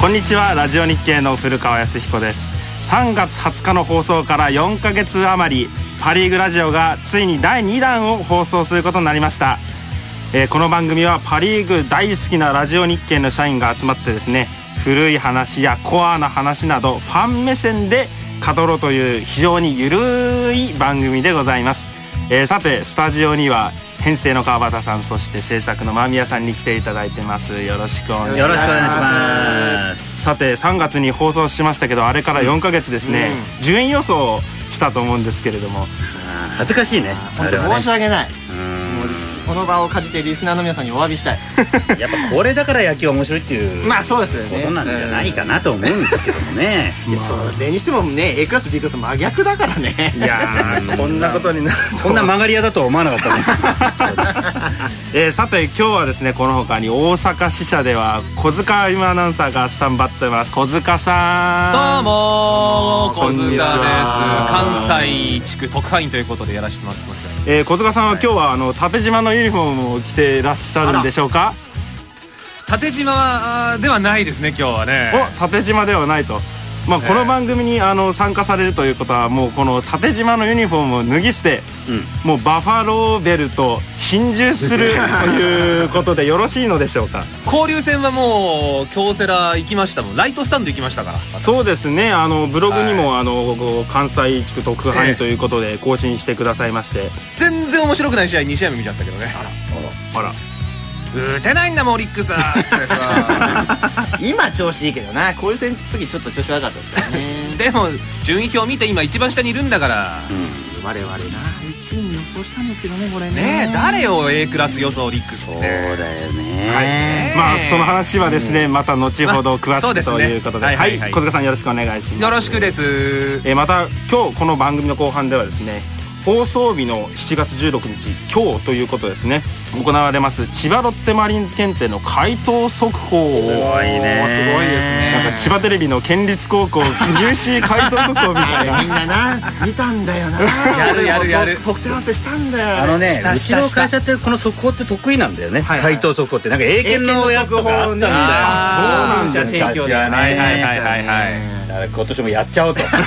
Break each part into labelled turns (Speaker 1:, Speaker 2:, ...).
Speaker 1: こんにちはラジオ日経の古川康彦です3月20日の放送から4ヶ月余りパ・リーグラジオがついに第2弾を放送することになりました、えーこの番組はパ・リーグ大好きなラジオ日経の社員が集まってですね古い話やコアな話などファン目線で語ろうという非常にゆるい番組でございます、えーさてスタジオには編成の川端さんそして制作の間宮さんに来ていただいてますよろしくお願いします
Speaker 2: よろしくお願いします
Speaker 1: さて3月に放送しましたけどあれから4ヶ月ですね、順位予想をしたと思うんですけれども
Speaker 2: あー恥ずかしいね
Speaker 3: 本
Speaker 2: あれは
Speaker 3: 当
Speaker 2: ね
Speaker 3: 申し訳ない、
Speaker 2: うーん
Speaker 3: もうこの場をかじってリスナーの皆さんにお詫び したい
Speaker 2: やっぱこれだから野球面白いっていう
Speaker 3: まあそうですよね
Speaker 2: ことなんじゃないかなと思うんですけどもね
Speaker 3: いやそれにしてもね A クラス B クラス真逆だからね
Speaker 1: いや ーこんなことになる
Speaker 2: こんな曲がり屋だとは思わなかった
Speaker 1: えーさて今日はですねこの他に大阪支社では小塚歩アナウンサーがスタンバってます小塚さ
Speaker 4: どうんも
Speaker 1: こ
Speaker 4: 小
Speaker 1: ん
Speaker 4: 塚
Speaker 1: に
Speaker 4: で
Speaker 1: ち
Speaker 4: す
Speaker 1: は
Speaker 4: 関西地区特派員ということでやらせてもらってますけど
Speaker 1: えー小塚さんは今日はあの縦島のユニフォームを着てらっしゃるんでしょうか
Speaker 4: 縦島はあーではないですね今日はね
Speaker 1: お縦島ではないとまあ、この番組にあの参加されるということはもうこの縦島のユニフォームを脱ぎ捨て
Speaker 2: うん
Speaker 1: もうバファローベルと心中するということでよろしいのでしょうか
Speaker 4: 交流戦はもう京セラ行きましたもんライトスタンド行きましたから
Speaker 1: そうですねあのブログにも、あのこう関西地区特派員ということで更新してくださいまして、
Speaker 4: 全然面白くない試合2試合目見ちゃったけどね
Speaker 1: あら
Speaker 4: 打てないんだもんオリックスはってさ
Speaker 3: 今調子いいけどなこういう戦の時ちょっと調子悪かったですからね
Speaker 4: でも順位表見て今一番下にいるんだから
Speaker 3: 我々な1位に予想したんですけどねこれね
Speaker 4: ねえ誰よ A クラス予想オリックス
Speaker 2: そう
Speaker 4: っ
Speaker 2: だ
Speaker 4: て
Speaker 2: よ
Speaker 1: はい
Speaker 2: ね
Speaker 1: まあその話はですね、また後ほど詳
Speaker 4: まあそう
Speaker 1: し
Speaker 4: で
Speaker 1: く
Speaker 4: すね
Speaker 1: ということで,、
Speaker 4: はい
Speaker 1: は
Speaker 4: はいいはい
Speaker 1: 小塚さんよろしくお願いします
Speaker 4: よろしくです
Speaker 1: えーまた今日この番組の後半ではですね放送日の7月16日今日ということですね行われます千葉ロッテマリーンズ検定の回答速報を
Speaker 2: すごいね
Speaker 4: すごいですね
Speaker 1: なんか千葉テレビの県立高校入試回答速報みたいな
Speaker 3: みんなな見たんだよな
Speaker 4: やるやるやる
Speaker 3: と得点合わせしたんだよ
Speaker 2: あのね
Speaker 3: した
Speaker 2: う
Speaker 3: し
Speaker 2: ち
Speaker 3: た
Speaker 2: の
Speaker 3: した
Speaker 2: 会社ってこの速報って得意なんだよね
Speaker 3: はい
Speaker 2: 回答速報ってなんか英検のやつとかあったんだよ
Speaker 4: あー
Speaker 2: そうなんです
Speaker 3: 提供
Speaker 2: 昔
Speaker 3: で
Speaker 2: はね
Speaker 4: はいはいはいはいはい
Speaker 2: だから今年もやっちゃおうとこの千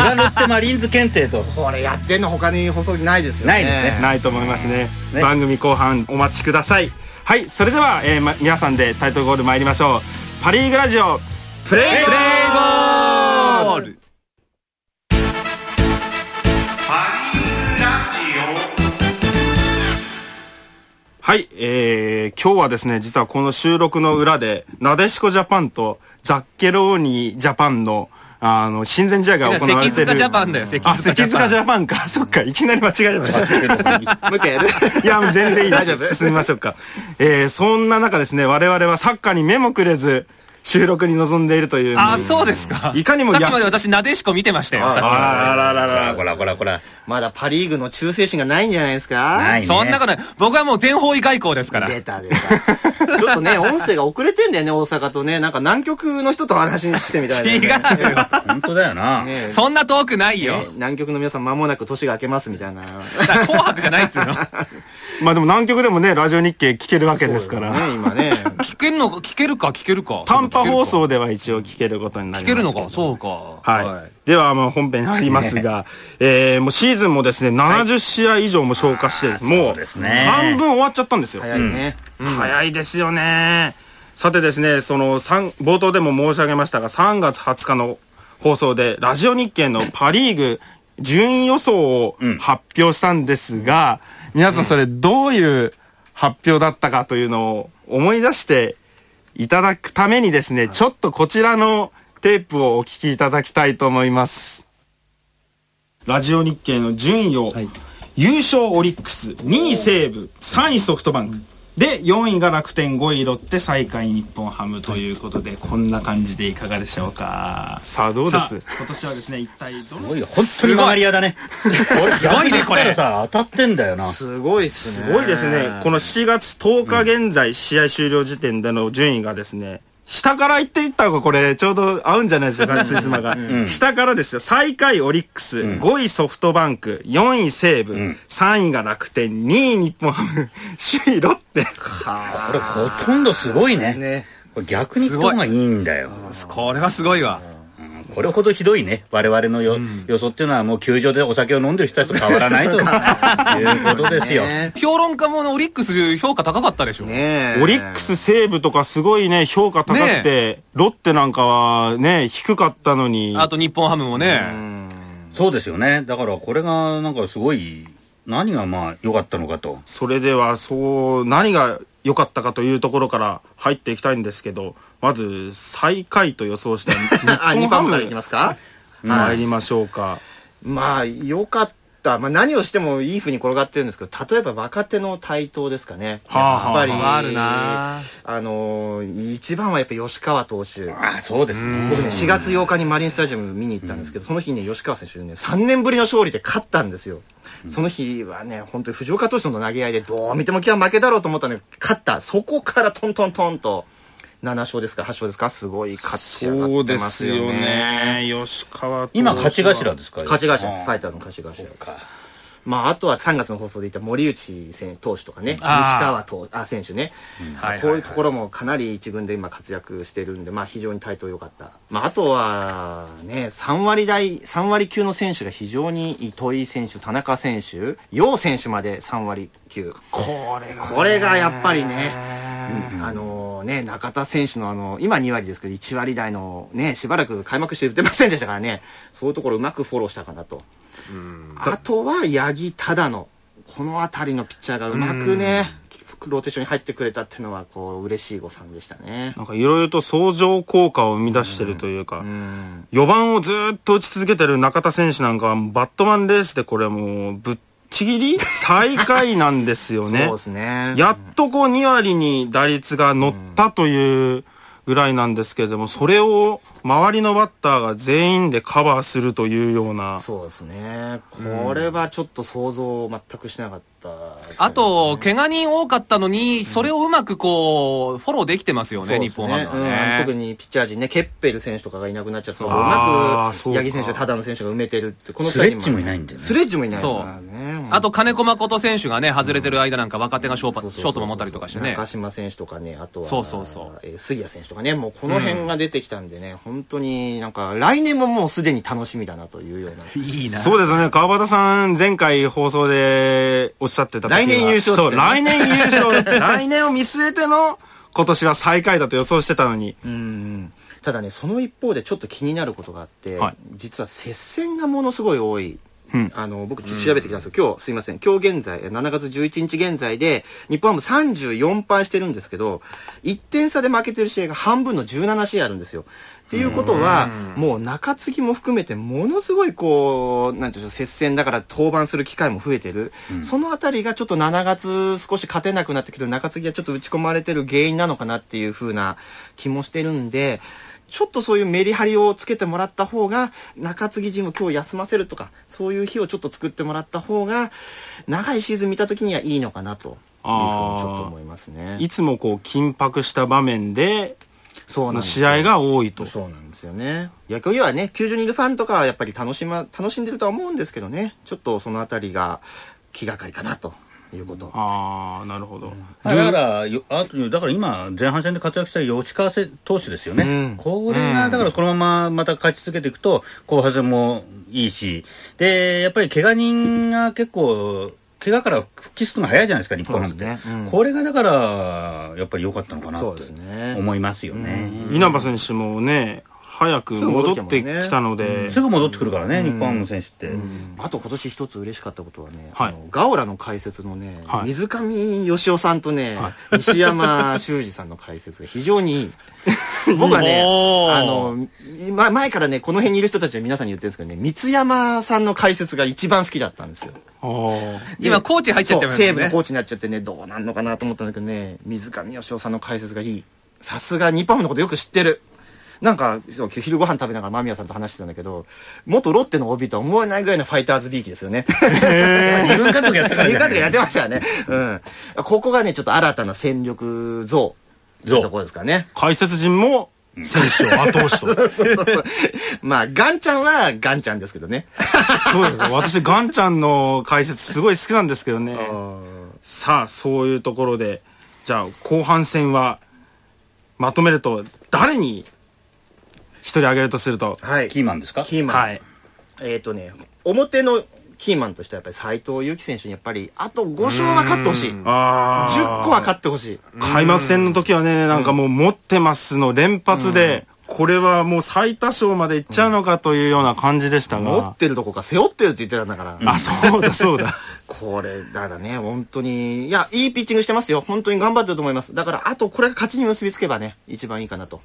Speaker 2: 葉ロッテマリーンズ検定と
Speaker 3: これやってんの他に放送ないですよね
Speaker 2: ないですね
Speaker 1: ないと思いますね
Speaker 2: ね
Speaker 1: 番組後半お待ちくださいはいそれでは、えーま、皆さんでタイトルゴール参りましょうパ・リーグラジオプレイ
Speaker 4: プ
Speaker 1: ボ
Speaker 4: レー
Speaker 1: ール
Speaker 4: ボール
Speaker 1: はい、えー、今日はですね、実はこの収録の裏で、なでしこジャパンとザッケローニジャパンの、あの、親善試合が行われ
Speaker 4: 関
Speaker 1: てる。
Speaker 4: 塚ジャパンだよ関
Speaker 1: あ、関
Speaker 4: 塚ジャパ
Speaker 1: 塚
Speaker 4: ン
Speaker 1: ジャパンか。そっか、いきなり間違えま した。
Speaker 3: もう一回やる
Speaker 1: いや、もう全然いいです。進みましょうか。えー、そんな中ですね、我々はサッカーに目もくれず、収録に臨んでいるという。
Speaker 4: あそうですか
Speaker 1: いかにもや
Speaker 4: さっきまで私なでしこ見てましたよさっきまで
Speaker 1: あらららら
Speaker 2: こらこらこら
Speaker 3: まだパ・リーグの忠誠心がないんじゃないですか
Speaker 2: ないね
Speaker 4: そんなことない。僕はもう全方位外交ですから。
Speaker 3: 出た出たちょっとね音声が遅れてんだよね大阪とねなんか南極の人と話してみたいな、ね、
Speaker 4: 違うよ。
Speaker 2: 本当だよな
Speaker 3: ねえ
Speaker 4: そんな遠くないよ。
Speaker 3: ね南極の皆さん間もなく年が明けますみたいな
Speaker 4: だから紅白じゃないっつうの。
Speaker 1: まあでも南極でもね、ラジオ日経聞けるわけですから。
Speaker 3: ね今ね
Speaker 4: 聞けるのか、聞けるか、聞けるか。
Speaker 1: 短波放送では一応聞けることになりますけ
Speaker 4: 聞け
Speaker 1: ど。
Speaker 4: るのか、そうか。
Speaker 1: はい。では、まあ、本編に入ります が、えー、もうシーズンもですね、70試合以上も消化して、もう、
Speaker 2: ですね
Speaker 1: 半分終わっちゃったんですよ。
Speaker 3: 早いね、
Speaker 1: 早いですよね。さてですね、その、三冒頭でも申し上げましたが、3月20日の放送で、ラジオ日経のパリーグ順位予想を発表したんですが、皆さんそれどういう発表だったかというのを思い出していただくためにですね、ちょっとこちらのテープをお聞きいただきたいと思います。ラジオ日経の順位を、優勝オリックス、2位西武、3位ソフトバンク。で、4位が楽天、5位ロッテ、最下位日本ハムということで、こんな感じでいかがでしょうか。さあ、どうです今年はですね、一体ど
Speaker 2: す
Speaker 1: の
Speaker 2: ごいよ本当に曲がり屋だね。す
Speaker 4: ごいねこれ
Speaker 2: さ当たってんだよな。
Speaker 3: すごいっす
Speaker 1: す
Speaker 3: ね
Speaker 1: ごいですね。この7月10日現在、試合終了時点での順位がですね、下から行っていった方がこれ、ちょうど合うんじゃないですか、つじつまが。下からですよ。最下位オリックス、5位ソフトバンク、4位西武、3位が楽天、2位日本ハム、首位ロッテ。
Speaker 2: これほとんどすごいね。
Speaker 3: ね
Speaker 2: これ逆に言った方がいいんだよ。
Speaker 4: これはすごいわ。
Speaker 2: うんこれほどひどいね、我々のよ、予想っていうのはもう球場でお酒を飲んでる人たちと変わらないということですよ。
Speaker 3: ね
Speaker 4: 評論家もねオリックス評価高かったでしょ。
Speaker 3: ねえ
Speaker 1: オリックス、西武とかすごいね、評価高くて、ロッテなんかはね、低かったのに、
Speaker 4: あと日本ハムもね。
Speaker 2: そうですよね。だからこれがなんかすごい、何がまあ良かったのかと。
Speaker 1: それでは、そう、何が良かったかというところから入っていきたいんですけど、まず、最下位と予想した
Speaker 3: あ、
Speaker 1: 日
Speaker 3: 2
Speaker 1: 本ハ
Speaker 3: 番
Speaker 1: ム
Speaker 3: からいきますか
Speaker 1: 参りましょうか。
Speaker 3: まあ、よかった。まあ、何をしてもいい風に転がってるんですけど、例えば若手の台頭ですかね。
Speaker 1: はあ
Speaker 3: やっぱり。
Speaker 4: はあはああるな
Speaker 3: あのー、一番はやっぱ吉川投手。
Speaker 2: ああ、そうです
Speaker 3: 僕
Speaker 2: ね。
Speaker 3: ね、4月8日にマリンスタジアム見に行ったんですけど、その日ね、吉川選手ね、3年ぶりの勝利で勝ったんですよ。その日はね、本当に藤岡投手との投げ合いで、どう見ても今日は負けだろうと思ったのに、勝った。そこからトントントンと、7勝ですか、8勝ですか、すごい勝ち上が
Speaker 1: そ
Speaker 3: っ
Speaker 1: う
Speaker 3: て
Speaker 1: で
Speaker 3: ます
Speaker 1: す
Speaker 3: よね。
Speaker 1: よね。吉川投手は
Speaker 2: 今、勝ち頭ですか
Speaker 3: 勝ち頭です。ファイ
Speaker 2: い。
Speaker 3: ターズの勝ち頭です。
Speaker 2: か
Speaker 3: まあ、あとは3月の放送で言った森内選手投手とかね、西
Speaker 4: あー
Speaker 3: 川投あ選手ね、
Speaker 4: はいはいはい
Speaker 3: こういうところもかなり一軍で今活躍してるんで、まあ、非常に対等良かった、まあ、あとは、ね、3割台、3割級の選手が非常に糸井選手、田中選手、楊選手まで3割級。
Speaker 1: これが
Speaker 3: これがやっぱりね、うんあのね、中田選手のあの、今2割ですけど、1割台のね、しばらく開幕して打てませんでしたからね、そういうところうまくフォローしたかなと。あとは、八木忠野。この辺りのピッチャーがうまくね、ローテーションに入ってくれたっていうのは、こう、嬉しい誤算でしたね。
Speaker 1: なんかいろいろと相乗効果を生み出してるというか、4番をずっと打ち続けてる中田選手なんかは、バットマンレースでこれもう、ぶっちぎり最下位なんですよね
Speaker 3: そうで。すね。
Speaker 1: やっとこう2割に打率が乗ったというぐらいなんですけれども、それを周りのバッターが全員でカバーするというような、
Speaker 3: そうですね。これはちょっと想像を全くしなかった。
Speaker 4: あと、怪我人多かったのに、それをうまくこう、フォローできてますよね、
Speaker 3: そうで
Speaker 4: 日
Speaker 3: すね
Speaker 4: 本ハム
Speaker 3: う
Speaker 4: は
Speaker 3: ん特
Speaker 4: ね。
Speaker 3: にピッチャー陣ね、ケッペル選手とかがいなくなっちゃったので、う
Speaker 1: あー
Speaker 3: ま
Speaker 1: そう
Speaker 3: く
Speaker 1: か
Speaker 3: 八木選手、ただの選手が埋めてるって、この
Speaker 2: スレッジもいない
Speaker 3: ん
Speaker 2: んだよね。
Speaker 3: スレッジもいないです
Speaker 4: そう
Speaker 3: からね。
Speaker 4: あと、金子誠選手がね、外れてる間なんか若手がショーパショート守ったりとかしてね
Speaker 3: 中。島選手とかね、あとは、
Speaker 4: そうそうそう
Speaker 3: えー杉谷選手とかね、もうこの辺が出てきたんでね、本当になんか、来年ももうすでに楽しみだなというような。
Speaker 4: いいな。
Speaker 1: そうですね、川端さん、前回放送でおっしゃってた時は
Speaker 3: 来年優勝っつ
Speaker 1: そ
Speaker 3: っ
Speaker 1: う、
Speaker 3: てね
Speaker 1: 来年優勝。来年を見据えての、今年は最下位だと予想してたのに、
Speaker 3: うんただね、その一方でちょっと気になることがあって、
Speaker 1: はい
Speaker 3: 実は接戦がものすごい多い。
Speaker 1: うん
Speaker 3: あの僕、ちょっと調べてきたんですけど、今日、すいません、今日現在、え7月11日現在で、日本ハム34敗してるんですけど、1点差で負けてる試合が半分の17試合あるんですよ。っていうことは、もう中継ぎも含めて、ものすごいこう、なんていうんでしょう、接戦だから登板する機会も増えてる。そのあたりがちょっと7月少し勝てなくなってきてる中継ぎがちょっと打ち込まれてる原因なのかなっていう風な気もしてるんで、ちょっとそういうメリハリをつけてもらった方が、中継ぎ陣を今日休ませるとか、そういう日をちょっと作ってもらった方が、長いシーズン見た時にはいいのかなと。いうふう
Speaker 1: あ
Speaker 3: にち
Speaker 1: ー
Speaker 3: ょっと思いますね。
Speaker 1: いつもこう、緊迫した場面で、
Speaker 3: そうなんですよ
Speaker 1: 試合が多いと。
Speaker 3: そうなんですよね。野球はね、球場にいるファンとかはやっぱり楽しま、楽しんでるとは思うんですけどね、ちょっとそのあたりが気がかりかなということ。
Speaker 1: ああ、なるほど。
Speaker 2: はいだから、よあとだから今、前半戦で活躍した吉川せ投手ですよね、
Speaker 3: うん
Speaker 2: これがだからこのまままた勝ち続けていくと、後半戦もいいし、でやっぱり怪我人が結構、怪我から復帰するのが早いじゃないですか、日本ハムって、
Speaker 3: そうですねうん
Speaker 2: これがだから、やっぱり良かったのかな
Speaker 3: そ
Speaker 2: と
Speaker 3: うですね
Speaker 2: 思いますよね。
Speaker 1: 稲葉選手もね、早く戻ってきたので、
Speaker 2: すぐ戻ってくるからね、日本ハムの選手って。
Speaker 3: あと今年一つ嬉しかったことはね、
Speaker 1: はい
Speaker 3: あのガオラの解説のね、
Speaker 1: はい
Speaker 3: 水上義雄さんとね、 西山修二さんの解説が非常にい い。僕はね
Speaker 4: お、ー
Speaker 3: あの、ま前からね、この辺にいる人たちは皆さんに言ってるんですけどね、三山さんの解説が一番好きだったんですよ。
Speaker 1: あー
Speaker 4: 今、コーチ入っちゃってます
Speaker 3: そう西
Speaker 4: よ
Speaker 3: 武の
Speaker 4: ね
Speaker 3: コ。ーチになっちゃってねどうなんのかなと思ったんだけどね水上義雄さんの解説がいいさすが日本ハムのことよく知ってるなんかそう昼ご飯食べながら間宮さんと話してたんだけど元ロッテの OB とは思えないぐらいのファイターズビーキですよね
Speaker 2: 二軍監督やったから
Speaker 3: 入
Speaker 2: じゃな
Speaker 3: 監
Speaker 2: い
Speaker 3: 督やってましたよねうんここがねちょっと新たな戦力像
Speaker 2: 像
Speaker 3: のところですかね
Speaker 1: 解説陣も選手を後押 しと。そう
Speaker 3: そうそうそうまあガンちゃんはガンちゃんですけどね
Speaker 1: ですね私、ガンちゃんの解説すごい好きなんですけどね。さあ、そういうところで、じゃあ後半戦は、まとめると、誰に一人挙げるとすると、
Speaker 3: はい。
Speaker 2: キーマンですか
Speaker 3: キーマン。
Speaker 1: はい。
Speaker 3: えっ、とね、表のキーマンとしてはやっぱり斎藤佑樹選手にやっぱり、あと5勝は勝ってほしい。10
Speaker 1: あー
Speaker 3: 個は勝ってほしい。
Speaker 1: 開幕戦の時はね、なんかもう持ってますの連発で、これはもう最多勝までいっちゃうのかというような感じでした
Speaker 3: 持
Speaker 1: が
Speaker 3: っ。てるどこか背負ってるって言ってたんだから。
Speaker 1: あ、そうだそうだ。
Speaker 3: これ、だからね、本当に、いや、いいピッチングしてますよ。本当に頑張ってると思います。だから、あと、これが勝ちに結びつけばね、一番いいかなと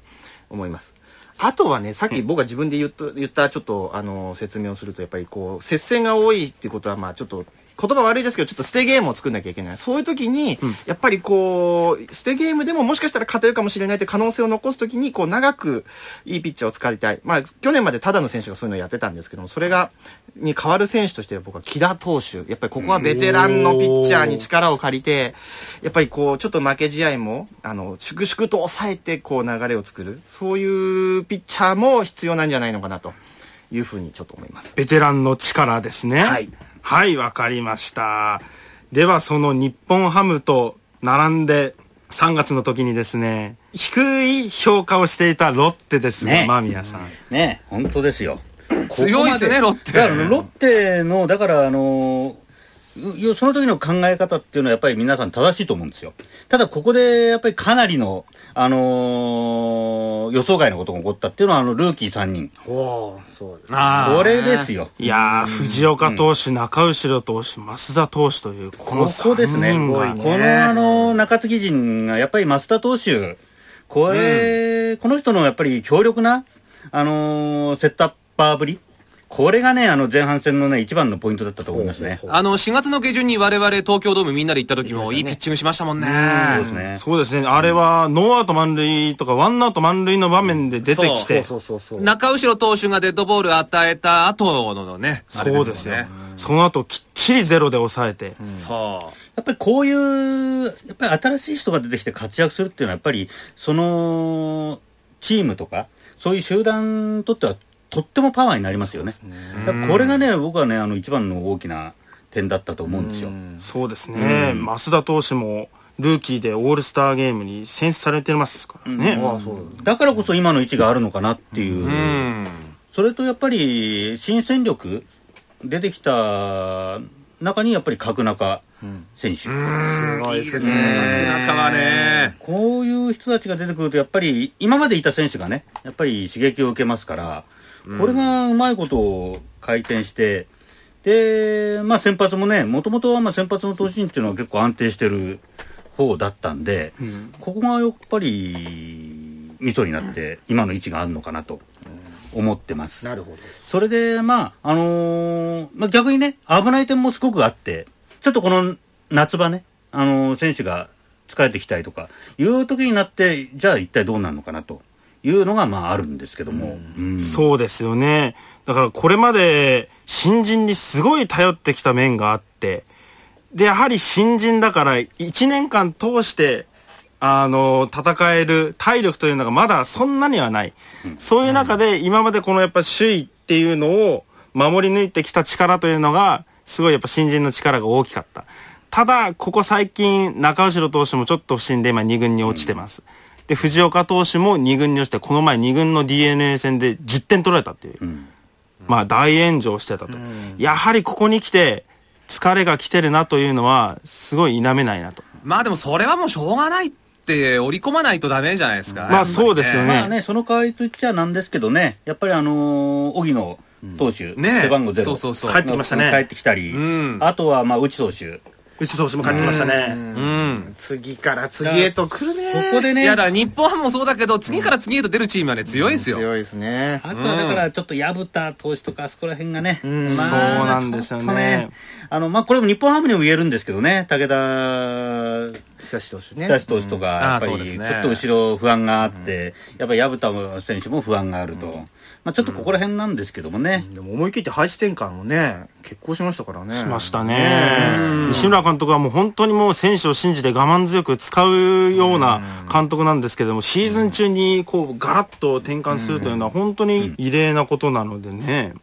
Speaker 3: 思います。あとはね、さっき僕が自分で言った、言ったちょっと、あの、説明をすると、やっぱりこう、接戦が多いっていうことは、まあ、ちょっと、言葉悪いですけど、ちょっと捨てゲームを作んなきゃいけない。そういう時に、やっぱりこう、捨てゲームでももしかしたら勝てるかもしれないって可能性を残す時に、こう、長くいいピッチャーを使いたい。まあ、去年までただの選手がそういうのをやってたんですけども、それが、に変わる選手として僕は木田投手。やっぱりここはベテランのピッチャーに力を借りて、やっぱりこう、ちょっと負け試合も、あの、粛々と抑えて、こう、流れを作る。そういうピッチャーも必要なんじゃないのかな、というふうにちょっと思います。
Speaker 1: ベテランの力ですね。
Speaker 3: はい。
Speaker 1: はい、わかりました。では、その日本ハムと並んで、3月の時にですね、低い評価をしていたロッテですが、
Speaker 2: ね
Speaker 1: 間宮さん。
Speaker 2: ねえ本当ですよ。
Speaker 4: 強いっすね
Speaker 2: ここ
Speaker 4: ロッテ
Speaker 2: までだからロッテの、だから、あの、うその時の考え方っていうのはやっぱり皆さん正しいと思うんですよ。ただここでやっぱりかなりの、あのー予想外のことが起こったっていうのはあのルーキー3人。
Speaker 3: おおそうです。
Speaker 1: あー
Speaker 2: これですよ。
Speaker 1: いやー、藤岡投手、中後ろ投手、増田投手という、この
Speaker 2: ここ
Speaker 1: 3
Speaker 2: ですね。
Speaker 1: 人
Speaker 2: こ
Speaker 1: が、
Speaker 2: のあの、中継ぎ陣が、やっぱり増田投手、これ、この人のやっぱり強力な、あのーセットアッパーぶり。これがね、あの、前半戦のね、一番のポイントだったと思いますね。
Speaker 4: あの、4月の下旬に我々東京ドームみんなで行った時もいいピッチングしましたもんね。
Speaker 2: そうですね。
Speaker 1: そうですね、あれは、ノーアウト満塁とか、ワンアウト満塁の場面で出てきて、
Speaker 3: そうそうそう。
Speaker 4: 中後ろ投手がデッドボール与えた後のね。
Speaker 1: そうですよ。その後、きっちりゼロで抑えて、
Speaker 4: そ
Speaker 2: やっぱりこういう、やっぱり新しい人が出てきて活躍するっていうのは、やっぱり、その、チームとか、そういう集団にとっては、とってもパワーになりますよね。だからこれがね、僕はね、あの、一番の大きな点だったと思うんですよ。
Speaker 1: そうですね、増田投手も、ルーキーでオールスターゲームに選出されてますからね。
Speaker 3: ああ、そう
Speaker 2: だからこそ今の位置があるのかなっていう、
Speaker 4: う。うん。
Speaker 2: それとやっぱり新戦力出てきた中にやっぱり角中選手、
Speaker 3: すごいです
Speaker 4: 中はね。
Speaker 2: こういう人たちが出てくるとやっぱり今までいた選手がねやっぱり刺激を受けますからこれがうまいことを回転してで、まあ、先発もねもともとはまあ先発の投手陣っていうのは結構安定してる方だったんで、ここがやっぱりミソになって今の位置があるのかなと思ってます。
Speaker 3: なるほど。
Speaker 2: それで、まあ、あのーまあ、逆にね、危ない点もすごくあって、ちょっとこの夏場ね、あのー選手が疲れてきたりとか、いう時になって、じゃあ一体どうなるのかなというのが、まあ、あるんですけども。うん
Speaker 1: そうですよね。だからこれまで新人にすごい頼ってきた面があって、で、やはり新人だから1年間通して、あの、戦える体力というのがまだそんなにはない。そういう中で今までこのやっぱ首位っていうのを守り抜いてきた力というのが、すごいやっぱ新人の力が大きかった。ただ、ここ最近、中後投手もちょっと不振で今2軍に落ちてます。で、藤岡投手も2軍に落ちて、この前2軍の DNA 戦で10点取られたっていう。まあ、大炎上してたと。やはりここに来て、疲れが来てるなというのは、すごい否めないなと。
Speaker 4: まあでもそれはもうしょうがないって織り込まないとダメじゃないですか。
Speaker 1: まあ、そうですよ
Speaker 2: まあ
Speaker 1: ね。
Speaker 2: ね、その代わりと言っちゃなんですけどね、やっぱりあのー、荻野投手、
Speaker 4: ねえ
Speaker 2: 背番号ゼロ
Speaker 4: そうそうそう
Speaker 1: 帰ってきましたね
Speaker 2: 帰ってきたり、
Speaker 4: うん
Speaker 2: あとは、まあ、内投手。
Speaker 1: 内投手も勝ってましたね。
Speaker 4: うん。
Speaker 3: 次から次へと来るね。
Speaker 2: そこでね、
Speaker 4: いやだ、日本ハムもそうだけど、次から次へと出るチームはね、強いですよ。
Speaker 3: 強いですね。
Speaker 2: あとはだからちょっと薮田投手とかあそこら辺がね、まあ
Speaker 1: そうなんですよね
Speaker 2: ちょっとあのまあこれも日本ハムにも言えるんですけどね、武田
Speaker 3: 久し投手ね。
Speaker 2: 久志投手とかやっぱ
Speaker 4: あーそうで
Speaker 2: り
Speaker 4: す
Speaker 2: ちょ
Speaker 4: ね
Speaker 2: っと後ろ不安があって、やっぱり薮田選手も不安があると、まあちょっとここら辺なんですけどもね。
Speaker 3: でも思い切って配置転換をね、結婚しましたからね。
Speaker 1: しましたね。西村監督はもう本当にもう選手を信じて我慢強く使うような監督なんですけども、シーズン中にこうガラッと転換するというのは本当に異例なことなのでね。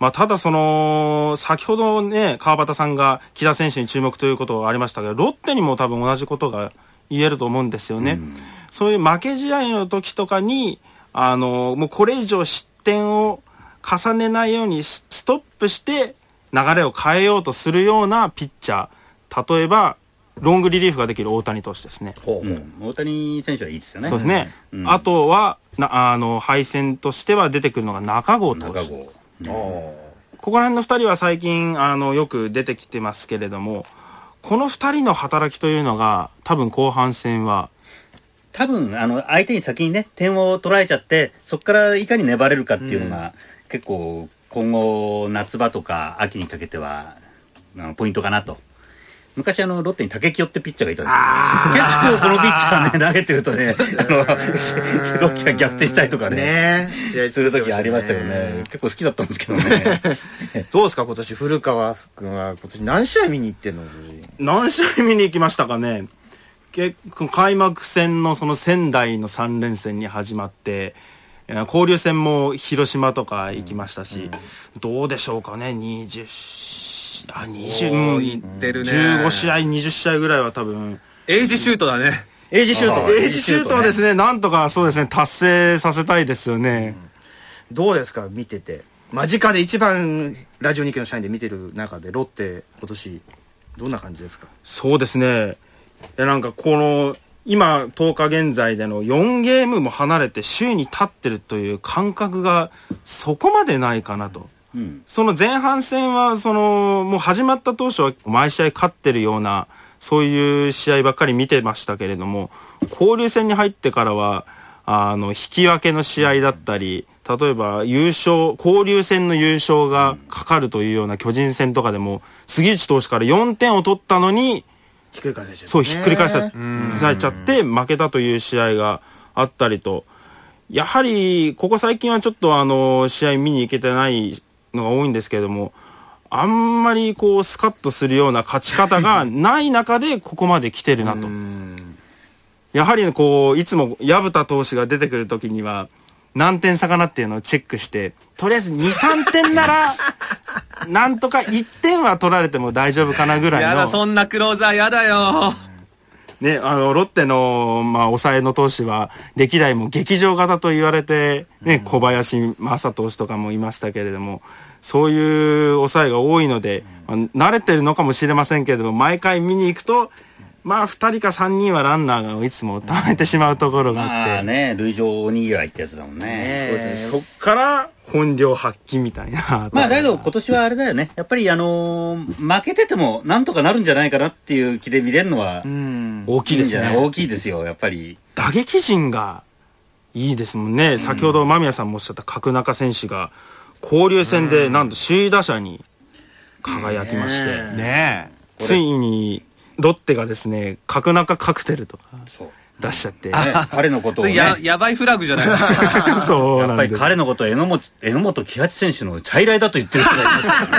Speaker 1: まあ、ただその、先ほどね、川端さんが木田選手に注目ということがありましたけど、ロッテにも多分同じことが言えると思うんですよね。そういう負け試合の時とかに、あの、もうこれ以上失点を重ねないようにスストップして流れを変えようとするようなピッチャー。例えば、ロングリリーフができる大谷投手ですね。
Speaker 2: うん大谷選手はいいですよね。
Speaker 1: そうですね。
Speaker 2: うん
Speaker 1: あとは、なあの、敗戦としては出てくるのが中郷投
Speaker 2: 中
Speaker 1: 手。
Speaker 2: 郷。
Speaker 1: ここら辺の2人は最近、あの、よく出てきてますけれども、この2人の働きというのが、多分後半戦は、
Speaker 2: 多分あの相手に先にね点を取られちゃってそこからいかに粘れるかっていうのが、結構今後夏場とか秋にかけてはあのポイントかなと昔あのロッテに竹清ってピッチャーがいたんですけど結構このピッチャーね投げてると ねあのロッテが逆転したりとかね
Speaker 3: ね試合
Speaker 2: する時ありましたけどね結構好きだったんです けどね
Speaker 3: どうですか今年古川君は今年何試合見に行ってんの今年
Speaker 1: 何試合見に行きましたかね結構開幕戦のその仙台の3連戦に始まってえー交流戦も広島とか行きましたし、どうでしょうかね20しあ20
Speaker 4: おー
Speaker 1: うん
Speaker 4: 行ってるね
Speaker 1: 15試合20試合ぐらいは多分
Speaker 4: エイジシュートだね。
Speaker 1: エイジシュー
Speaker 2: あ
Speaker 1: ト
Speaker 2: ー
Speaker 1: エイジシュートをですねなんとかそうですね達成させたいですよね、
Speaker 3: どうですか見てて間近で一番ラジオ日経の社員で見てる中でロッテ今年どんな感じですか
Speaker 1: そうですね。いやなんかこの今10日現在での4ゲームも離れて首位に立ってるという感覚がそこまでないかなと。
Speaker 2: うん
Speaker 1: その前半戦はそのもう始まった当初は毎試合勝ってるようなそういう試合ばっかり見てましたけれども交流戦に入ってからはあの引き分けの試合だったり例えば優勝交流戦の優勝がかかるというような巨人戦とかでも杉内投手から4点を取ったのに
Speaker 3: ひっくり返されちゃ
Speaker 1: そうひっくり返さされちゃって負けたという試合があったりとやはりここ最近はちょっとあの試合見に行けてないのが多いんですけれどもあんまりこうスカッとするような勝ち方 がない中でここまで来てるなと。やはりこういつも薮田投手が出てくる時には何点差かなっていうのをチェックしてとりあえず23点な らなんとか1点は取られても大丈夫かなぐらいの
Speaker 4: やだ、そんなクローザーやだよ。
Speaker 1: ね、あの、ロッテの、まあ、抑えの投手は、歴代も劇場型と言われて、ね、小林正投手とかもいましたけれども、そういう抑えが多いので、まあ慣れてるのかもしれませんけれども、毎回見に行くと、まあ、二人か三人はランナーがいつも溜めてしまうところがあって、
Speaker 2: まあね塁上おにぎらいってやつだもんね
Speaker 1: そうですねそっから本領発揮みたいな。
Speaker 2: まあだけど今年はあれだよね、やっぱりあのー負けててもなんとかなるんじゃないかなっていう気で見れるのは、
Speaker 3: うん
Speaker 1: 大きいで
Speaker 2: んじ
Speaker 1: す
Speaker 2: ゃな
Speaker 1: ね。
Speaker 2: 大きいですよ、やっぱり。
Speaker 1: 打撃陣がいいですもんね、先ほど間宮さんもおっしゃった角中選手が交流戦でなんと首位打者に輝きまして、
Speaker 3: ね
Speaker 4: ね
Speaker 1: ついにロッテがですね角中カクテルとか
Speaker 2: そう。
Speaker 1: 出しちゃって
Speaker 2: ね、彼のことを
Speaker 4: え。
Speaker 2: ね、
Speaker 4: や
Speaker 2: や、
Speaker 4: やばいフラグじゃないですか。
Speaker 1: そうな
Speaker 2: っ
Speaker 1: ん
Speaker 2: ぱ
Speaker 1: で
Speaker 2: り
Speaker 1: す
Speaker 2: 彼のことを榎本、榎本喜八選手のチャイライだと言ってる人がい
Speaker 1: 往
Speaker 2: ますからねすごいですよ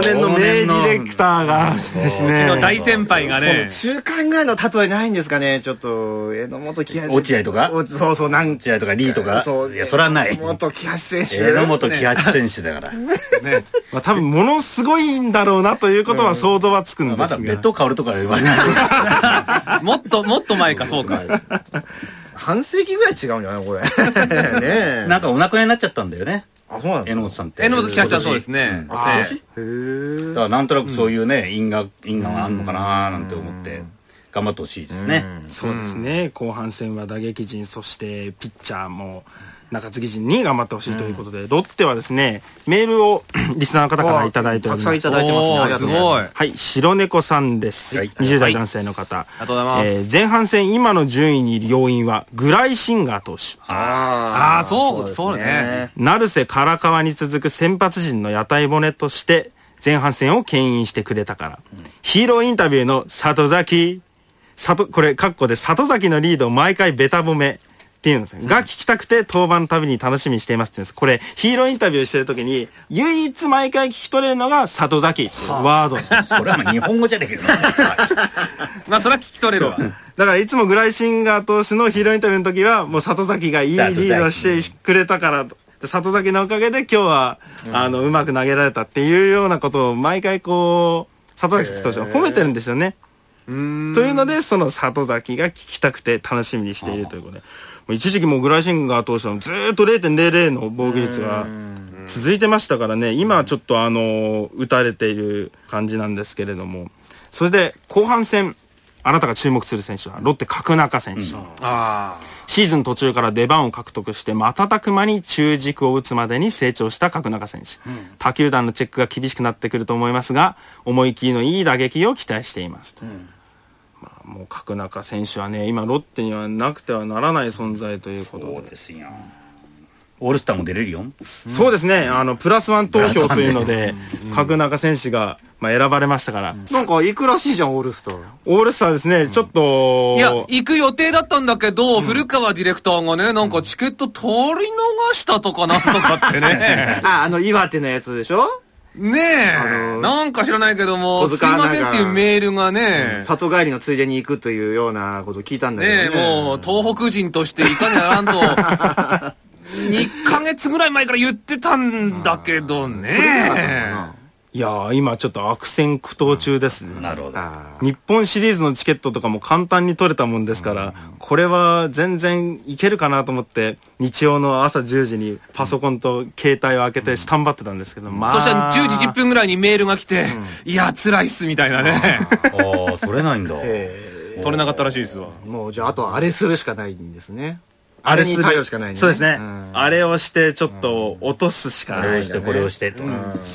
Speaker 1: 年の名ディレクターがです
Speaker 4: うちの
Speaker 1: ね
Speaker 4: 大先輩がね。
Speaker 3: 中間ぐらいの例えないんですかねちょっと榎本喜八
Speaker 2: 落合とか
Speaker 3: おそうそうなん
Speaker 2: 落合とかリーとか
Speaker 3: そう
Speaker 2: いやそれはない
Speaker 3: 榎本喜八選手
Speaker 2: 榎本喜八選手だから。
Speaker 4: ね
Speaker 1: まあ、多分ものすごいんだろうなということは想像はつくんですが、
Speaker 2: まだベッド薫とか言わ れない。
Speaker 4: もっと、もっと前か、そうか。
Speaker 3: 半世紀ぐらい違うんじゃない これねえ
Speaker 2: なんかお亡くなりになっちゃったんだよね、
Speaker 3: あそうなんだ
Speaker 2: 榎本さんって。
Speaker 4: 榎本喜八さんそうです
Speaker 2: うん
Speaker 4: ね。
Speaker 3: あ
Speaker 4: ね
Speaker 3: へ
Speaker 2: だ
Speaker 3: え
Speaker 2: からなんとなくそういうね、因果因果があるのかなーなんて思って頑張ってほしいですね。
Speaker 1: そうですね、後半戦は打撃陣そしてピッチャーも中継ぎ陣に頑張ってほしいということで、ロッテはですねメールを リスナーの方からいただいておりま
Speaker 3: たくさんい
Speaker 1: す
Speaker 3: ただいてますね
Speaker 4: おー
Speaker 3: ありがとうございます
Speaker 4: ごい。
Speaker 1: はい白猫さんです、
Speaker 2: はい
Speaker 1: 20代男性の方、
Speaker 4: ありがとうございます。
Speaker 1: えー前半戦今の順位にいる要因はグライシンガー投手
Speaker 4: ああ、そう、そう
Speaker 3: です
Speaker 4: ね。
Speaker 1: 成瀬唐川に続く先発陣の屋台骨として前半戦を牽引してくれたから、ヒーローインタビューの里崎里これ括弧で里崎のリードを毎回ベタ褒めっていうんですねが聞きたくて登板のたびに楽しみにしていますって言うんですこれヒーローインタビューしてる時に唯一毎回聞き取れるのが里崎っていうワード
Speaker 2: それはまあ日本語じゃねえけどな
Speaker 4: まあ、それは聞き取れるわ。
Speaker 1: だからいつもグライシンガー投手のヒーローインタビューの時はもう里崎がいいリードしてくれたからと。で里崎のおかげで今日は、あのうまく投げられたっていうようなことを毎回こう里崎投手は褒めてるんですよね。
Speaker 4: うーん
Speaker 1: というので、その里崎が聞きたくて楽しみにしているということで、もう一時期もうグライシンガー投手はずーっと0.00の防御率が続いてましたからね、今はちょっとあの、打たれている感じなんですけれども、それで後半戦、あなたが注目する選手はロッテ角中選手。
Speaker 4: あ
Speaker 1: シーズン途中から出番を獲得して瞬く間に中軸を打つまでに成長した角中選手、他球団のチェックが厳しくなってくると思いますが思い切りのいい打撃を期待していますと、まあ、もう角中選手はね今ロッテにはなくてはならない存在ということで
Speaker 2: そうですよオールスターも出れるよ
Speaker 1: そうですね、あのプラスワン投票というので角中選手が、まあ、選ばれましたから、
Speaker 3: なんか行くらしいじゃん、オールスター。
Speaker 1: オールスターですねちょっと
Speaker 4: あ。いや、行く予定だったんだけど、古川ディレクターがね、なんかチケット取り逃したとかなんとかってね。
Speaker 3: あ、あの、岩手のやつでしょ
Speaker 4: ねえ、なんか知らないけども、
Speaker 3: 小
Speaker 4: すい
Speaker 3: 塚アナ
Speaker 4: ま
Speaker 3: が
Speaker 4: せんっていうメールがね、
Speaker 3: 里帰りのついでに行くというようなことを聞いたんだけど
Speaker 4: ね
Speaker 3: ね。
Speaker 4: え、もう、東北人としていかにならんと、2ヶ月ぐらい前から言ってたんだけどね。
Speaker 1: いやー今ちょっと悪戦苦闘中ですね、
Speaker 2: なるほど
Speaker 3: あー
Speaker 1: 日本シリーズのチケットとかも簡単に取れたもんですから、これは全然いけるかなと思って、日曜の朝10時にパソコンと携帯を開けてスタンバってたんですけど、まあ。
Speaker 4: そしたら10時10分ぐらいにメールが来て、いや、辛いっす、みたいなね。
Speaker 2: ああ取れないんだ
Speaker 4: 取れなかったらしいですわ。
Speaker 3: もう、じゃあ、あとはあれするしかないんですね。
Speaker 1: あ
Speaker 3: あ
Speaker 1: れ
Speaker 3: れ
Speaker 1: す
Speaker 3: に
Speaker 1: る
Speaker 3: 頼るしかないね。
Speaker 1: そうですね。
Speaker 3: ん
Speaker 1: あれをして、ちょっと落とすしか
Speaker 2: あ
Speaker 1: な
Speaker 2: れ
Speaker 1: い
Speaker 2: を。してこれをしてと、
Speaker 4: ちょ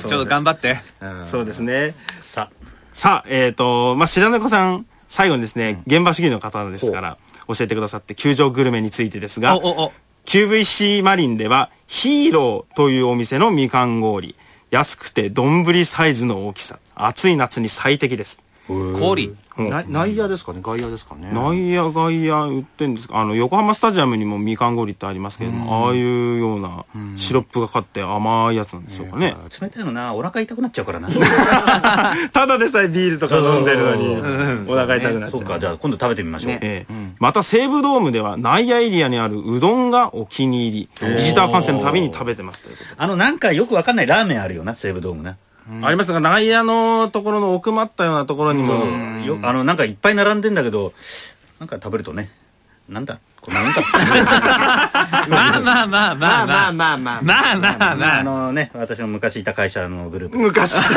Speaker 4: っと頑張って。
Speaker 3: うん
Speaker 1: そうですね。
Speaker 2: さ
Speaker 1: さあ、えっ、と、まあ、白猫さん、最後にですね、現場主義の方ですから、教えてくださって、球場グルメについてですが、
Speaker 4: おおお
Speaker 1: QVC マリンではヒーローというお店のみかん氷安くて丼サイズの大きさ暑い夏に最適です
Speaker 4: 氷。
Speaker 1: うん
Speaker 3: な内野ですかね外野ですかね
Speaker 1: 内野外野売ってんですかあの横浜スタジアムにもみかん氷ってありますけれどもああいうようなシロップがかって甘いやつなんでしょうかね
Speaker 2: あ冷たいのなお腹痛くなっちゃうからな
Speaker 1: ただでさえビールとか飲んでるの
Speaker 2: う
Speaker 1: にお腹痛くなっち
Speaker 2: そ
Speaker 1: ゃ
Speaker 2: う
Speaker 1: う
Speaker 2: かじゃあ今度食べてみましょう、
Speaker 1: ええまた西武ドームでは内野エリアにあるうどんがお気に入りビジター観戦のたびに食べてますということで
Speaker 2: あのなんかよくわかんないラーメンあるよな西武ドームな、
Speaker 1: ありますが内野のところの奥まったようなところにも
Speaker 2: よあのなんかいっぱい並んでんだけどなんか食べるとねなんだこんなもんか
Speaker 3: ま
Speaker 4: まあまあまあまあ
Speaker 3: あ
Speaker 4: ま
Speaker 3: ま
Speaker 4: あ
Speaker 3: あ。まあまあ
Speaker 4: まあまあま
Speaker 2: あ
Speaker 4: あ。
Speaker 2: のね私の昔いた会社のグループ
Speaker 3: 昔
Speaker 2: そう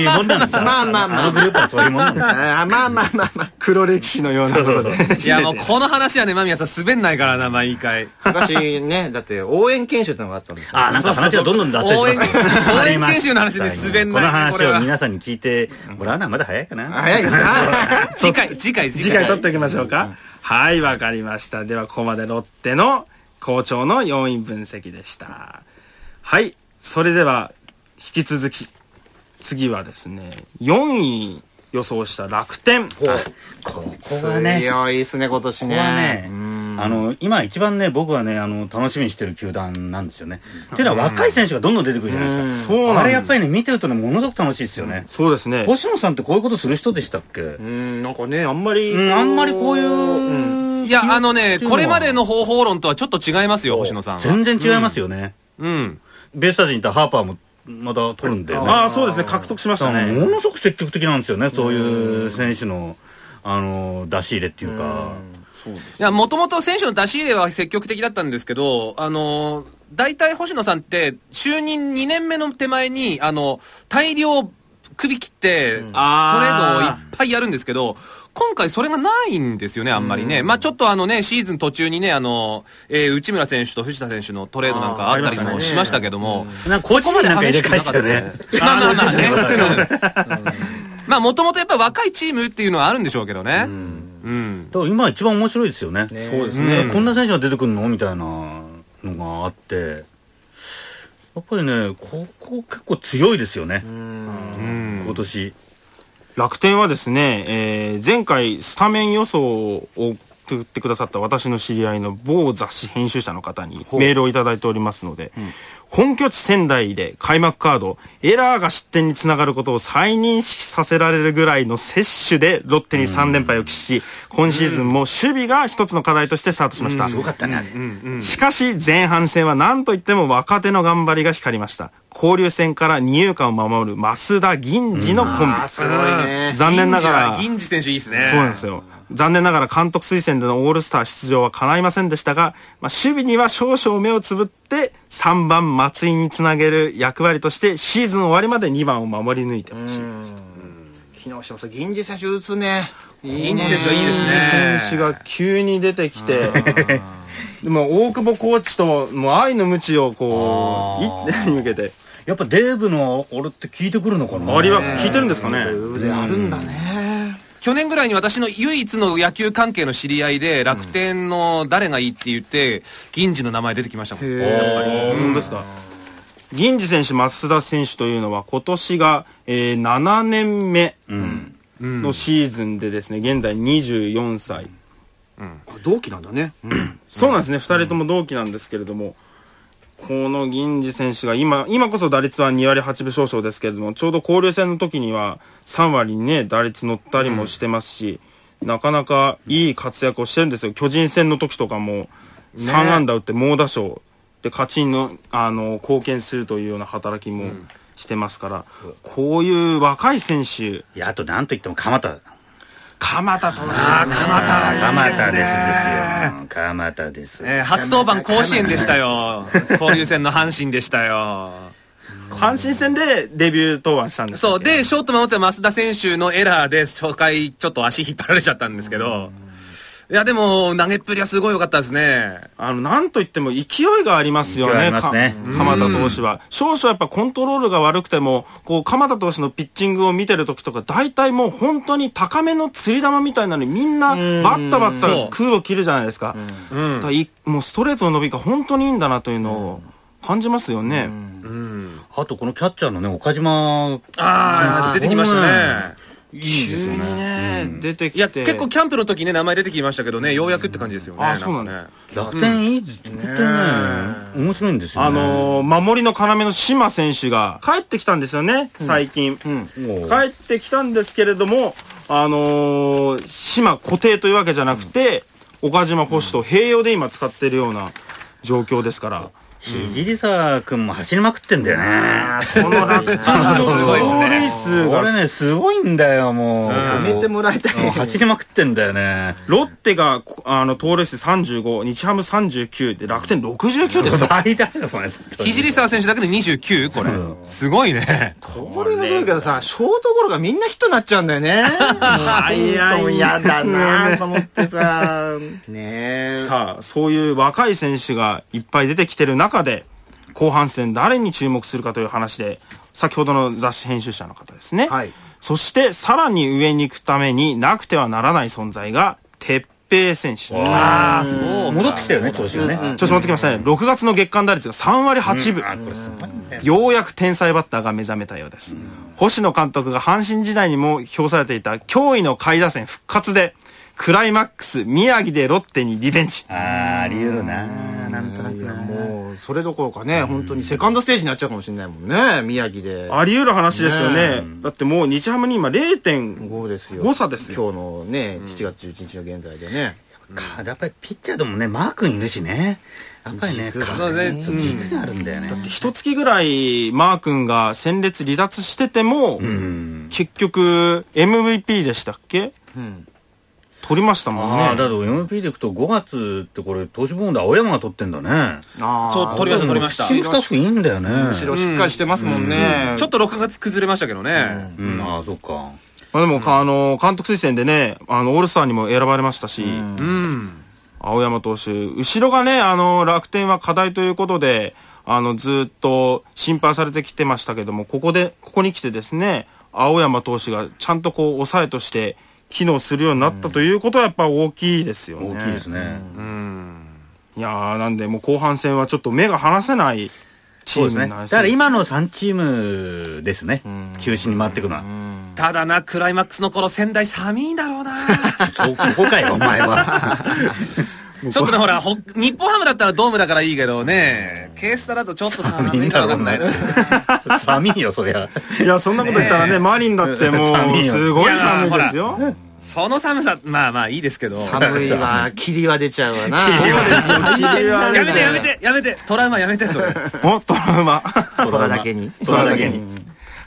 Speaker 2: いうもんなんですよ
Speaker 3: まあまあまあ
Speaker 2: のグループはそういうもんなんですよ
Speaker 3: あーまあまあまあま あ
Speaker 1: 黒歴史のような
Speaker 2: そうそうそう
Speaker 4: いやもうこの話はね、間宮さん滑んないからな、毎回。
Speaker 3: 昔ねだって応援研修ってのがあったんですよ
Speaker 2: あなんか話がどんどん脱線しますね
Speaker 4: 応援応援研修の話で滑ん
Speaker 2: こ
Speaker 4: ない
Speaker 2: の話
Speaker 4: これ
Speaker 2: を
Speaker 4: は
Speaker 2: 皆さんに聞いてもらうのはまだ早いかな
Speaker 3: 早いですか
Speaker 4: 次回、次回、次
Speaker 1: 次回
Speaker 4: 回。
Speaker 1: 取っておきましょうかはいわかりましたではここまでロッテの好調の要因分析でしたはいそれでは引き続き次はですね4位予想した楽天
Speaker 2: ここがね
Speaker 3: 強い ですね今年
Speaker 2: ここは
Speaker 3: ね
Speaker 2: ね、
Speaker 3: うん
Speaker 2: あの、今一番ね、僕はね、あの、楽しみにしてる球団なんですよね。っていうのは若い選手がどんどん出てくるじゃないですか。
Speaker 1: うんそうなんです
Speaker 2: あれやっぱりね、見てるとね、ものすごく楽しいですよね。
Speaker 1: そうですね
Speaker 2: 星野さんってこういうことする人でしたっけ、う
Speaker 3: うんなんかねあんまり
Speaker 2: ん、あんまりこういうう、
Speaker 4: いや、あのね、これまでの方法論とはちょっと違いますよ、星野さんは。
Speaker 2: 全然違いますよね。
Speaker 4: うん。
Speaker 2: ベイスターズにいたハーパーもまた取るんだよね。
Speaker 1: ああそうですね獲得しました
Speaker 2: だからも
Speaker 1: ね
Speaker 2: のすごく積極的なんですよね、そういう選手の、あの、出し入れっていうか。
Speaker 4: いや、もともと選手の出し入れは積極的だったんですけど、あのー、大体星野さんって、就任2年目の手前に、あの、大量首切って、トレードをいっ
Speaker 1: あー
Speaker 4: ぱいやるんですけど、今回それがないんですよね、あんまりね。まあちょっとあのね、シーズン途中にね、あの、えー内村選手と藤田選手のトレードなんかあったりもしましたけども、
Speaker 2: なんかコーチ陣なんか入れ替えしたよね。
Speaker 4: まあまあまあね。 まあもともとやっぱ若いチームっていうのはあるんでしょうけどね。うん。
Speaker 2: だから今一番面白いですよね。
Speaker 1: そうです
Speaker 2: ね
Speaker 1: ね
Speaker 2: こんな選手が出てくるのみたいなのがあって、やっぱりね、ここ結構強いですよね、
Speaker 4: うん
Speaker 2: 今年。
Speaker 1: 楽天はですね、えー前回スタメン予想を作ってくださった私の知り合いの某雑誌編集者の方にメールをいただいておりますので、本拠地仙台で開幕カード、エラーが失点につながることを再認識させられるぐらいの摂取でロッテに3連敗を喫し、今シーズンも守備が一つの課題としてスタートしました。
Speaker 2: すごかったね、あれ。
Speaker 1: しかし前半戦は何といっても若手の頑張りが光りました交流戦から二遊間を守る増田銀次のコンビ、
Speaker 3: すごいね。
Speaker 1: 残念ながら
Speaker 4: 銀次は銀次選手いいですね。
Speaker 1: そうなんですよ残念ながら監督推薦でのオールスター出場は叶いませんでしたが、まあ、守備には少々目をつぶって3番松井につなげる役割としてシーズン終わりまで2番を守り抜いてほしいですと
Speaker 3: 昨日しました。銀次選手打つね。
Speaker 4: 銀次選手はいいですね。
Speaker 1: 選手が急に出てきて、でも大久保コーチともう愛の無知をこう一手に向けて
Speaker 2: やっぱデーブの俺って聞いてくるのかな
Speaker 1: 周りは聞いてるんですかね
Speaker 3: 腕あるんだね。
Speaker 4: 去年ぐらいに私の唯一の野球関係の知り合いで、楽天の誰がいいって言って、銀次の名前出てきましたもん。
Speaker 1: 本当ですか銀次選手、増田選手というのは今年が、えー7年目のシーズンでですね現在24歳、
Speaker 3: 同期なんだね。
Speaker 1: そうなんですね、2人とも同期なんですけれども、この銀次選手が今、今こそ打率は2割8分少々ですけれども、ちょうど交流戦の時には3割にね、打率乗ったりもしてますし、なかなかいい活躍をしてるんですよ。巨人戦の時とかも、3安打打って猛打賞で勝ちにの、あの、貢献するというような働きもしてますから、こういう若い選手、
Speaker 2: いやあとなんといっても蒲田
Speaker 1: 鎌田投手、
Speaker 2: 蒲田ですですよ蒲田です、
Speaker 4: えー初登板甲子園でした よ。交流戦の阪神でしたよ。
Speaker 1: 阪神戦でデビュー登板したんです
Speaker 4: そう。で、ショート守ってた増田選手のエラーで、初回ちょっと足引っ張られちゃったんですけど、いや、でも、投げっぷりはすごい良かったですね。
Speaker 1: あの、なんといっても勢いがありますよ
Speaker 2: 勢いあ
Speaker 1: ね、
Speaker 2: りますね
Speaker 1: か鎌田投手は。少々やっぱコントロールが悪くても、こう、鎌田投手のピッチングを見てる時とか、大体もう本当に高めの釣り玉みたいなのにみんなバッタバッ
Speaker 4: そう
Speaker 1: タ空を切るじゃないですか。
Speaker 4: うん
Speaker 1: だからいもうストレートの伸びが本当にいいんだなというのを感じますよね。
Speaker 2: あとこのキャッチャーのね岡島
Speaker 4: ああ、出てきましたね。
Speaker 2: いいです
Speaker 1: 急
Speaker 2: よ
Speaker 1: に
Speaker 2: ね
Speaker 1: ね、出て
Speaker 4: い
Speaker 1: き
Speaker 4: や、
Speaker 1: て。
Speaker 4: 結構キャンプの時ね、名前出てきましたけどね、ようやくって感じですよね。
Speaker 1: あそうなんです
Speaker 4: かね
Speaker 2: 楽天いいです本当にね面白いんですよ、ね、
Speaker 1: あのー守りの要の島選手が帰ってきたんですよね、最近、
Speaker 2: うん
Speaker 1: 帰ってきたんですけれども、あのー島固定というわけじゃなくて、岡島捕手と併用で今使ってるような状況ですから、
Speaker 2: 聖沢君も走りまくってんだよね
Speaker 1: この楽天の盗塁数
Speaker 2: 俺
Speaker 1: が、
Speaker 2: ねすごいんだよもう
Speaker 3: やめてもらいたい。
Speaker 2: もう走りまくってんだよね
Speaker 1: ロッテがこあの盗塁数35、日ハム39で楽天69ですよ。
Speaker 2: 倍だよ本当に
Speaker 4: 聖沢選手だけで 29? これ
Speaker 2: そう。
Speaker 4: すごいね。
Speaker 3: これもそうだけどさ、ショートゴロがみんなヒットになっちゃうんだよね。
Speaker 1: 早いね
Speaker 3: 嫌だなと思ってさ。 ねえ。
Speaker 1: さあ、そういう若い選手がいっぱい出てきてる中で、後半戦誰に注目するかという話で、先ほどの雑誌編集者の方ですね。
Speaker 3: はい
Speaker 1: そして、さらに上に行くためになくてはならない存在が、鉄平選手。
Speaker 4: ああ、そう。
Speaker 2: 戻ってきたよね調子がね
Speaker 1: 調子持ってきましたね。6月の月間打率が3割8分。
Speaker 2: あこれすごいんだよ
Speaker 1: ようやく天才バッターが目覚めたようです。星野監督が阪神時代にも評されていた驚異の下位打線復活で、クライマックス宮城でロッテにリベンジ。
Speaker 2: あーあり得るななんとなく
Speaker 3: いや
Speaker 2: な
Speaker 3: もうそれどころかね、本当にセカンドステージになっちゃうかもしれないもんね宮城で
Speaker 1: あり得る話ですよね。
Speaker 3: ね
Speaker 1: だってもう日ハムに今0.5
Speaker 3: 5ですよ
Speaker 1: 誤差ですよ。
Speaker 3: 今日のね7月11日の現在でね、
Speaker 2: かやっぱりピッチャーでもねマー君いるしねやっぱりね
Speaker 3: 実はね
Speaker 2: 体ねちょっと
Speaker 4: うん
Speaker 2: 地面あるんだよね
Speaker 1: 一月ぐらいマー君が戦列離脱してても、
Speaker 2: うん
Speaker 1: 結局 MVP でしたっけ
Speaker 3: うん、
Speaker 1: 取りましたもんね。
Speaker 2: ああだと MP でいくと5月ってこれ投手部門で青山が取ってんだね
Speaker 1: あー
Speaker 4: そう、取りました、取りました。
Speaker 2: チームスタッフいいんだよね
Speaker 3: 後ろしっかりしてますもんね、
Speaker 4: ちょっと6月崩れましたけどね。
Speaker 2: うんああそっか
Speaker 1: まあでも、かあの、監督推薦でね、あの、オールスターにも選ばれましたし、
Speaker 4: うん。
Speaker 1: 青山投手、後ろがね、あの、楽天は課題ということで、あの、ずっと心配されてきてましたけども、ここで、ここに来てですね、青山投手がちゃんとこう、抑えとして、機能するようになったということはやっぱ大きいですよね。
Speaker 2: 大きいですね
Speaker 1: いやー、なんで、もう後半戦はちょっと目が離せないチ
Speaker 2: そう
Speaker 1: ー
Speaker 2: です
Speaker 1: ム
Speaker 2: ね
Speaker 1: に
Speaker 2: だ
Speaker 1: なり
Speaker 2: か
Speaker 1: そう
Speaker 2: ら今の3チームですね中心に回っていくのは
Speaker 4: ただな、クライマックスの頃、仙台寒いだろう な。
Speaker 2: そこかよ、お 前は。
Speaker 4: ちょっとね、ほら、ほ日本ハムだったらドームだからいいけどね、ケースタだとちょっと寒
Speaker 2: み
Speaker 4: い
Speaker 2: ん
Speaker 4: んだ
Speaker 2: なも
Speaker 4: ろうんな。
Speaker 2: ね。 寒いよ、そりゃ。
Speaker 1: いや、そんなこと言ったらね、マリンだって も
Speaker 2: 寒
Speaker 1: う、
Speaker 2: いよ
Speaker 1: すごい寒いですよ。
Speaker 4: その寒さ、まあまあいいですけど。
Speaker 3: 寒いわ、霧は出ちゃうわな。
Speaker 1: 霧は
Speaker 4: やめてやめてやめてトラウマやめて それ。
Speaker 1: お、トラウマ。
Speaker 3: 虎だけに。
Speaker 2: 虎だけに。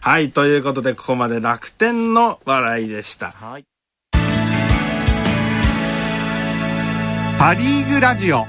Speaker 1: はい、ということで、ここまで楽天の笑いでした。
Speaker 3: はい。
Speaker 5: パ・リーグラジオ